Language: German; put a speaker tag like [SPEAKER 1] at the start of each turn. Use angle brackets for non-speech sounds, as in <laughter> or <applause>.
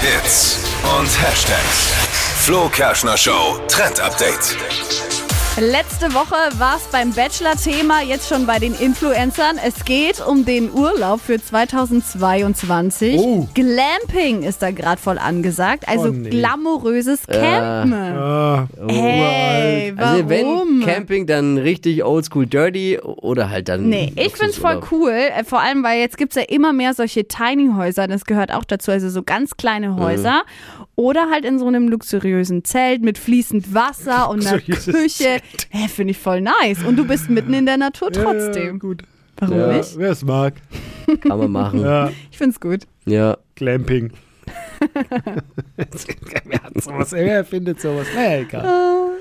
[SPEAKER 1] Hits und Hashtags. Flo Kerschner Show Trend Update.
[SPEAKER 2] Letzte Woche war es beim Bachelor-Thema, jetzt schon bei den Influencern. Es geht um den Urlaub für 2022.
[SPEAKER 3] Oh.
[SPEAKER 2] Glamping ist da gerade voll angesagt, also
[SPEAKER 3] Oh, nee.
[SPEAKER 2] glamouröses Campen.
[SPEAKER 3] Ah,
[SPEAKER 2] Hey, warum?
[SPEAKER 4] Also wenn Camping, dann richtig oldschool dirty oder halt dann.
[SPEAKER 2] Nee, ich find's voll
[SPEAKER 4] Luxusurlaub.
[SPEAKER 2] cool, äh, vor allem weil jetzt gibt's ja immer mehr solche Tiny Häuser, das gehört auch dazu, also so ganz kleine
[SPEAKER 3] Mhm.
[SPEAKER 2] Häuser oder halt in so einem luxuriösen Zelt mit fließend Wasser und einer
[SPEAKER 3] Luxuriöses
[SPEAKER 2] Küche. Hä, finde ich voll nice und du bist mitten in der Natur
[SPEAKER 3] ja,
[SPEAKER 2] trotzdem.
[SPEAKER 3] gut.
[SPEAKER 2] Warum
[SPEAKER 4] Ja.
[SPEAKER 2] nicht?
[SPEAKER 3] Wer es mag.
[SPEAKER 4] Kann man
[SPEAKER 2] <laughs>
[SPEAKER 4] machen. ja.
[SPEAKER 3] Ja,
[SPEAKER 2] Ich find's gut.
[SPEAKER 3] <laughs> Glamping. Wer hat sowas? Wer findet sowas? Na, egal.